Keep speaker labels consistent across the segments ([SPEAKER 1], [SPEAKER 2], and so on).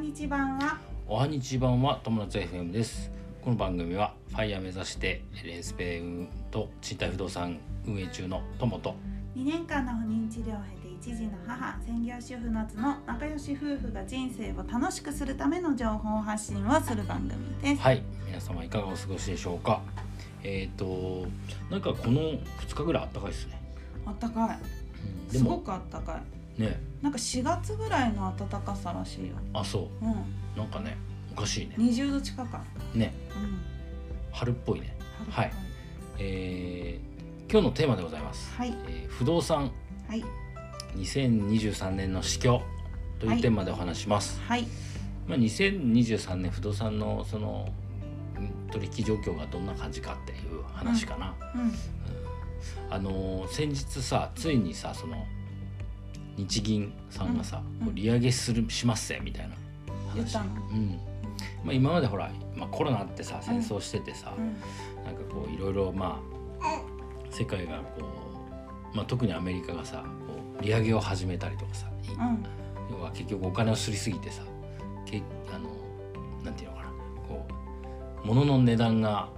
[SPEAKER 1] 日版は
[SPEAKER 2] おはにちばんは友達 FM ですこの番組はファイヤー目指してレンスペと賃貸不動産運営中の友と
[SPEAKER 1] 2年間の不妊治療を経て一児の母専業主婦夏の仲良し夫婦が人生を楽しくするための情報発信をする番組です。
[SPEAKER 2] はい皆様いかがお過ごしでしょうかえっ、となんかこの2日ぐらいあったかいですね、
[SPEAKER 1] あったか
[SPEAKER 2] うん
[SPEAKER 1] い。
[SPEAKER 2] です
[SPEAKER 1] ご
[SPEAKER 2] も
[SPEAKER 1] くあったかい。
[SPEAKER 2] ね
[SPEAKER 1] なんか4月ぐらいの暖かさらしいよ。
[SPEAKER 2] あそ
[SPEAKER 1] うん。
[SPEAKER 2] うなんかねおかしいね
[SPEAKER 1] 20度近かった。
[SPEAKER 2] ね
[SPEAKER 1] うん。
[SPEAKER 2] 春っぽいね
[SPEAKER 1] 春っぽ
[SPEAKER 2] はいえー今日のテーマでございます、
[SPEAKER 1] はい。
[SPEAKER 2] えー不動産
[SPEAKER 1] はい。
[SPEAKER 2] 2023年の市況というテーマでお話します、
[SPEAKER 1] はい。
[SPEAKER 2] まあ、2023年不動産のそのうん取引状況がどんな感じかっていう話かな、
[SPEAKER 1] うん。
[SPEAKER 2] あのー先日さついにさその日銀さんがさ、
[SPEAKER 1] うん
[SPEAKER 2] こう利上げするしますぜみたいな
[SPEAKER 1] 言っ
[SPEAKER 2] 話
[SPEAKER 1] たの。
[SPEAKER 2] うんまあ、今までほら、まあ、コロナってさ戦争しててさ、
[SPEAKER 1] うん。
[SPEAKER 2] なんかこういろいろまあ世界がこう、まあ、特にアメリカがさこう利上げを始めたりとかさ、い
[SPEAKER 1] うん。
[SPEAKER 2] 要は結局お金をすりすぎてさけあのなんていうのかなこう物の値段が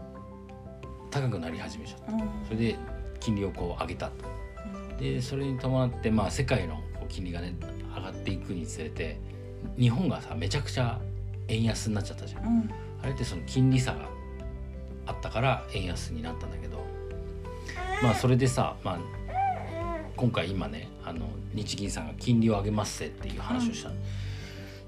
[SPEAKER 2] 高くなり始めちゃった
[SPEAKER 1] うん。
[SPEAKER 2] それで金利をこう上げたとでそれに伴って、まあ、世界のこう金利がね上がっていくにつれて日本がさめちゃくちゃ円安になっちゃったじゃん
[SPEAKER 1] うん。
[SPEAKER 2] あれってその金利差があったから円安になったんだけどまあそれでさ、まあ、今回今ねあの日銀さんが金利を上げますぜっていう話をしたの、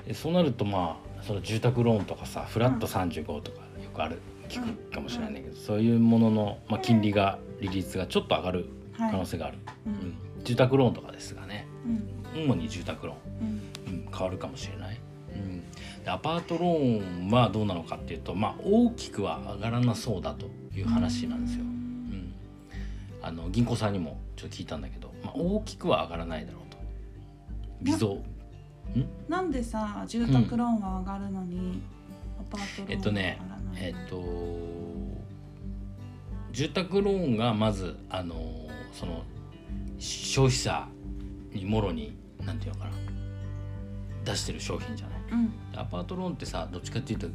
[SPEAKER 2] でそうなるとまあその住宅ローンとかさフラット35とかよくある聞くかもしれないんだけどそういうものの、まあ、金利が利率がちょっと上がる可
[SPEAKER 1] は
[SPEAKER 2] 能
[SPEAKER 1] い。
[SPEAKER 2] 性がある、
[SPEAKER 1] う
[SPEAKER 2] うん
[SPEAKER 1] ん。
[SPEAKER 2] 住宅ローンとかですがね
[SPEAKER 1] うん。
[SPEAKER 2] 主に住宅ローン
[SPEAKER 1] うん。
[SPEAKER 2] うん、変わるかもしれない、うん、でアパートローンはどうなのかっていうと、まあ、大きくは上がらなそうだという話なんですよ、うん、あの銀行さんにもちょっと聞いたんだけど、まあ、大きくは上がらないだろうと微増
[SPEAKER 1] なんでさ住宅ローンは上がるのに、アパートローンは
[SPEAKER 2] えっとね
[SPEAKER 1] 上がらないの
[SPEAKER 2] えっと住宅ローンがまずあのその消費者にもろになんていうのかな出してる商品じゃない
[SPEAKER 1] うん
[SPEAKER 2] でアパートローンってさどっちかっていうと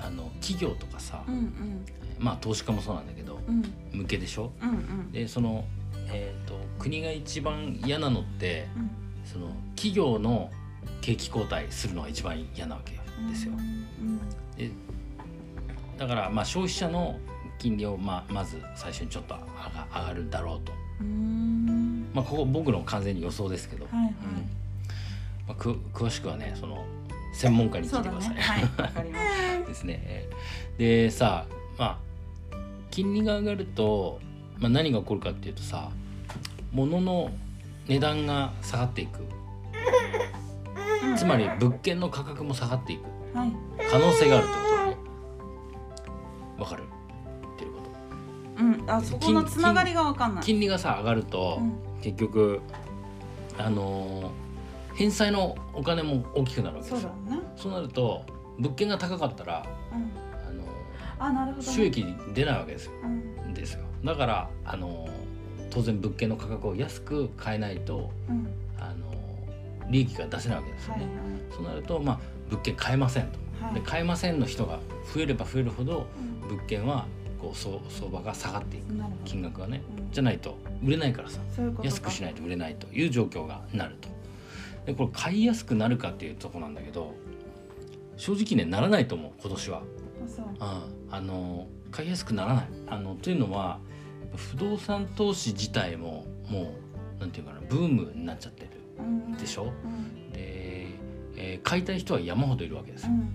[SPEAKER 2] あの企業とかさ、
[SPEAKER 1] うんうん
[SPEAKER 2] まあ投資家もそうなんだけど
[SPEAKER 1] うん
[SPEAKER 2] 向けでしょ
[SPEAKER 1] うんうん
[SPEAKER 2] でその、えー、と国が一番嫌なのって
[SPEAKER 1] うん
[SPEAKER 2] その企業の景気後退するのが一番嫌なわけですよ
[SPEAKER 1] う。ん
[SPEAKER 2] でだからまあ消費者の金利をまあまず最初にちょっと上が上がるだろうと、
[SPEAKER 1] うんうん
[SPEAKER 2] まあ、ここ僕の完全に予想ですけど、
[SPEAKER 1] はいはい、
[SPEAKER 2] うんまあ、く詳しくはねその専門家に聞
[SPEAKER 1] そ
[SPEAKER 2] いうて
[SPEAKER 1] だ
[SPEAKER 2] ください。
[SPEAKER 1] ねはいわかりまし
[SPEAKER 2] ですね。えーでさまあ金利が上がると、まあ、何が起こるかっていうとさ物の値段が下がっていく
[SPEAKER 1] た
[SPEAKER 2] つまり物件の価格も下がっていく
[SPEAKER 1] うんはい
[SPEAKER 2] 可能性があるってことだね。わかる言ってること
[SPEAKER 1] うんあそこのつながりがわかんない
[SPEAKER 2] 金利がさ上がると、
[SPEAKER 1] うん
[SPEAKER 2] 結局あのー返済のお金も大きくなるわけ
[SPEAKER 1] そ
[SPEAKER 2] で
[SPEAKER 1] う
[SPEAKER 2] す
[SPEAKER 1] だ
[SPEAKER 2] よ
[SPEAKER 1] よ。ね
[SPEAKER 2] そうなると物件が高かったら
[SPEAKER 1] うん
[SPEAKER 2] あの
[SPEAKER 1] あなるほど、ね、
[SPEAKER 2] 収益出ないわけですよ。
[SPEAKER 1] うん
[SPEAKER 2] ですよだからあの当然物件の価格を安く買えないと
[SPEAKER 1] うん
[SPEAKER 2] あの利益が出せないわけですよ
[SPEAKER 1] はい
[SPEAKER 2] ね、
[SPEAKER 1] は
[SPEAKER 2] そうなると、まあ、物件買えませんと、
[SPEAKER 1] いは
[SPEAKER 2] で
[SPEAKER 1] い
[SPEAKER 2] 買えませんの人が増えれば増えるほど
[SPEAKER 1] うん
[SPEAKER 2] 物件はこう相相場が下がっていく
[SPEAKER 1] なるほど
[SPEAKER 2] 金額がね
[SPEAKER 1] うん
[SPEAKER 2] じゃないと売れないからさ
[SPEAKER 1] そういうことか
[SPEAKER 2] 安くしないと売れないという状況がなるとでこれ買いやすくなるかっていうとこなんだけど正直ねならないと思う今年は。
[SPEAKER 1] あそう
[SPEAKER 2] うん、あの買いやすくならないあのというのは不動産投資自体ももうなんていうかなブームになっちゃってる
[SPEAKER 1] うん
[SPEAKER 2] でしょ
[SPEAKER 1] うん
[SPEAKER 2] で、えー買いたい人は山ほどいるわけです
[SPEAKER 1] う
[SPEAKER 2] よ
[SPEAKER 1] ん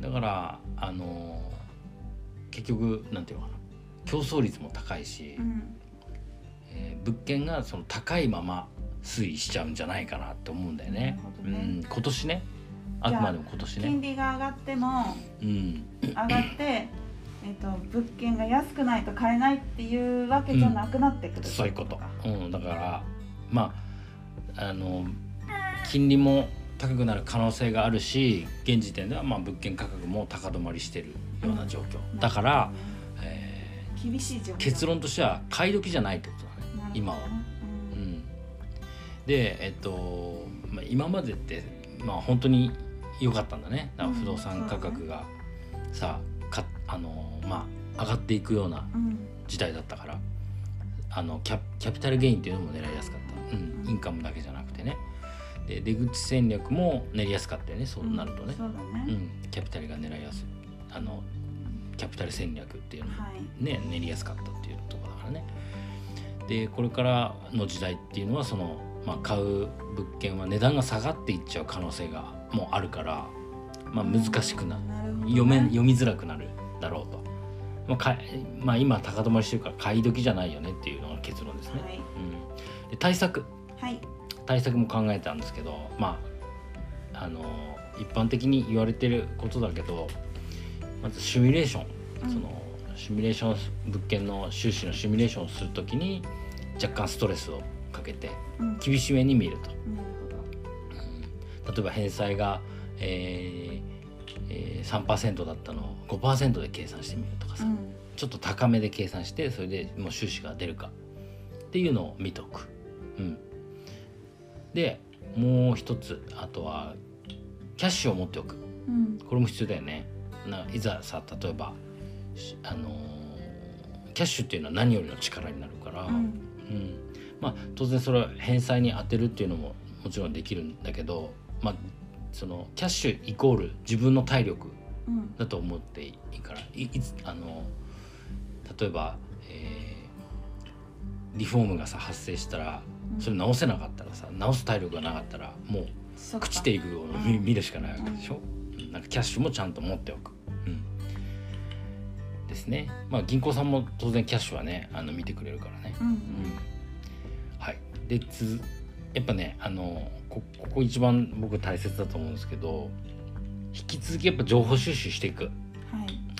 [SPEAKER 2] だからあの結局なんていうのかな競争率も高いし、
[SPEAKER 1] うん
[SPEAKER 2] えー物件がその高いまま推移しちゃうんじゃないかなって思うんだよね
[SPEAKER 1] なるほどね
[SPEAKER 2] うん、今年ねあくまでも今年ね
[SPEAKER 1] 金利が上がっても
[SPEAKER 2] うん
[SPEAKER 1] 上がって、えっと物件が安くないと買えないっていうわけじゃなくなってくる、
[SPEAKER 2] そういうこと、うん、だからまああの金利も高くなる可能性があるし現時点ではまあ物件価格も高止まりしてるような状況、だから、え
[SPEAKER 1] 厳しい状況
[SPEAKER 2] ー結論としては買い時じゃないってことだね。
[SPEAKER 1] なるほどね
[SPEAKER 2] 今はうん、でえっと、まあ、今までって、まあ、本当に良かったんだねだから不動
[SPEAKER 1] う
[SPEAKER 2] 産
[SPEAKER 1] ん
[SPEAKER 2] 価格がさ、かあのまあ上がっていくような
[SPEAKER 1] うん
[SPEAKER 2] 時代だったからあのキャキャピタルゲインっていうのも狙いやすかった、うん、インカムだけじゃなくてねで出口戦略も練りやすかったよねそうなるとね、
[SPEAKER 1] そうだ
[SPEAKER 2] うん
[SPEAKER 1] ね、
[SPEAKER 2] キャピタルが狙いやすいあのキャピタル戦略っていうのも
[SPEAKER 1] はい
[SPEAKER 2] ね練りやすかったっていうところだからねでこれからの時代っていうのはその、まあ、買う物件は値段が下がっていっちゃう可能性がもうあるから、まあ、難しくなる
[SPEAKER 1] なるほどね
[SPEAKER 2] 読め読みづらくなるだろうと、まあ、かいまあ今高止まりしてるから買い時じゃないよねっていうのが結論ですね、
[SPEAKER 1] はい
[SPEAKER 2] うん、で対策
[SPEAKER 1] はい
[SPEAKER 2] 対策も考えたんですけどまああの一般的に言われてることだけどまずシミュレーション
[SPEAKER 1] うん
[SPEAKER 2] そのシミュレーション物件の収支のシミュレーションをするときに若干ストレスをかけて
[SPEAKER 1] うんなる
[SPEAKER 2] 厳しめに見ると、
[SPEAKER 1] ほど
[SPEAKER 2] うん例えば返済が、えーえー3%だったのを5%で計算してみるとかさ、
[SPEAKER 1] うん
[SPEAKER 2] ちょっと高めで計算してそれでもう収支が出るかっていうのを見とく。うん、でもう一つあとはキャッシュを持っておく。
[SPEAKER 1] うん
[SPEAKER 2] これも必要だよねないざさ例えば、しあのーキャッシュっていうのは何よりの力になるから、
[SPEAKER 1] う
[SPEAKER 2] うん
[SPEAKER 1] ん
[SPEAKER 2] まあ、当然それは返済に充てるっていうのももちろんできるんだけど、まあ、そのキャッシュイコール自分の体力
[SPEAKER 1] うん
[SPEAKER 2] だと思っていいからいいつあの例えば、えーリフォームがさ発生したら
[SPEAKER 1] うん
[SPEAKER 2] それ直せなかったらさ直す体力がなかったらもう
[SPEAKER 1] そっか
[SPEAKER 2] 朽ちていくのを見見るしかないわけでしょ、うんなんかキャッシュもちゃんと持っておく、うん、ですねまあ銀行さんも当然キャッシュはねあの見てくれるからね、
[SPEAKER 1] うんう
[SPEAKER 2] うん
[SPEAKER 1] ん、
[SPEAKER 2] はいでつやっぱねあのこここ一番僕大切だと思うんですけど引き続きやっぱ情報収集していく
[SPEAKER 1] はい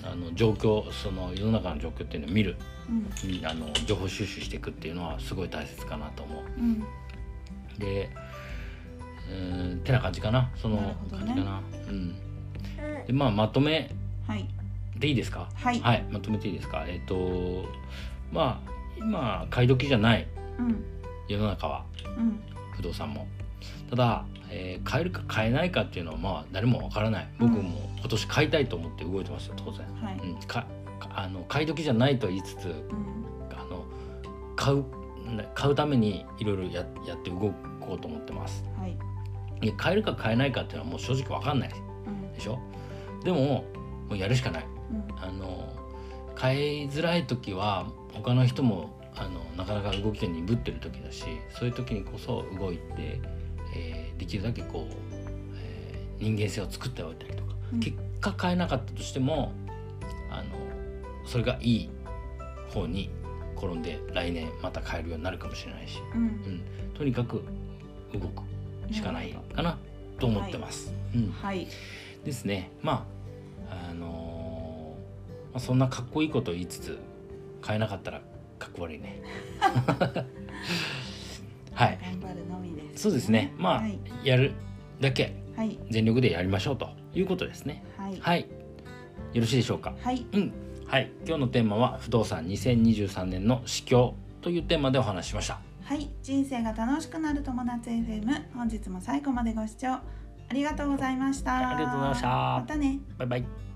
[SPEAKER 2] あの状況その世の中の状況っていうのを見る
[SPEAKER 1] うん
[SPEAKER 2] うんあの情報収集していくっていうのはすごい大切かなと思う
[SPEAKER 1] うん
[SPEAKER 2] でうーんてな感じかなその
[SPEAKER 1] なるほど
[SPEAKER 2] 感
[SPEAKER 1] ね
[SPEAKER 2] じかな、うんでまあまとめ
[SPEAKER 1] はい
[SPEAKER 2] でいいですか
[SPEAKER 1] はい
[SPEAKER 2] はいまとめていいですかえっ、とまあ今買い時じゃない
[SPEAKER 1] うん
[SPEAKER 2] 世の中は
[SPEAKER 1] うん
[SPEAKER 2] 不動産もただ、えー買えるか買えないかっていうのはまあ誰もわからない僕も今年買いたいと思って動いてますよ当然、
[SPEAKER 1] は
[SPEAKER 2] う
[SPEAKER 1] い
[SPEAKER 2] ん、かかあの買い時じゃないとは言いつつ
[SPEAKER 1] うん
[SPEAKER 2] あの買うな買うためにいろいろややって動こうと思ってます
[SPEAKER 1] はい
[SPEAKER 2] いや買えるか買えないかっていうのはもう正直わかんない
[SPEAKER 1] うん
[SPEAKER 2] でしょでももうやるしかない
[SPEAKER 1] うん
[SPEAKER 2] あの買いづらい時は他の人もあのなかなか動きが鈍ってる時だしそういう時にこそ動いて、えーできるだけこう、えー人間性を作っておいたりとか、
[SPEAKER 1] うん
[SPEAKER 2] 結果買えなかったとしてもあのそれがいい方に転んで来年また買えるようになるかもしれないし、
[SPEAKER 1] うん
[SPEAKER 2] うん、とにかく動くしかないかなと思ってます。うん
[SPEAKER 1] はい
[SPEAKER 2] ですねまああのーまあそんなかっこいいこと言いつつ買えなかったらかっこ悪 いねはい
[SPEAKER 1] 頑張るのみです
[SPEAKER 2] そうですねまあ、
[SPEAKER 1] はい
[SPEAKER 2] やるだけ
[SPEAKER 1] はい
[SPEAKER 2] 全力でやりましょうということですね
[SPEAKER 1] はい
[SPEAKER 2] はいよろしいでしょうか
[SPEAKER 1] はい
[SPEAKER 2] うんはい今日のテーマは不動産2023年の市況というテーマでお話ししました
[SPEAKER 1] はい人生が楽しくなる友達 FM 本日も最後までご視聴ありがとうございました
[SPEAKER 2] はいありがとうございました
[SPEAKER 1] またね
[SPEAKER 2] バイバイ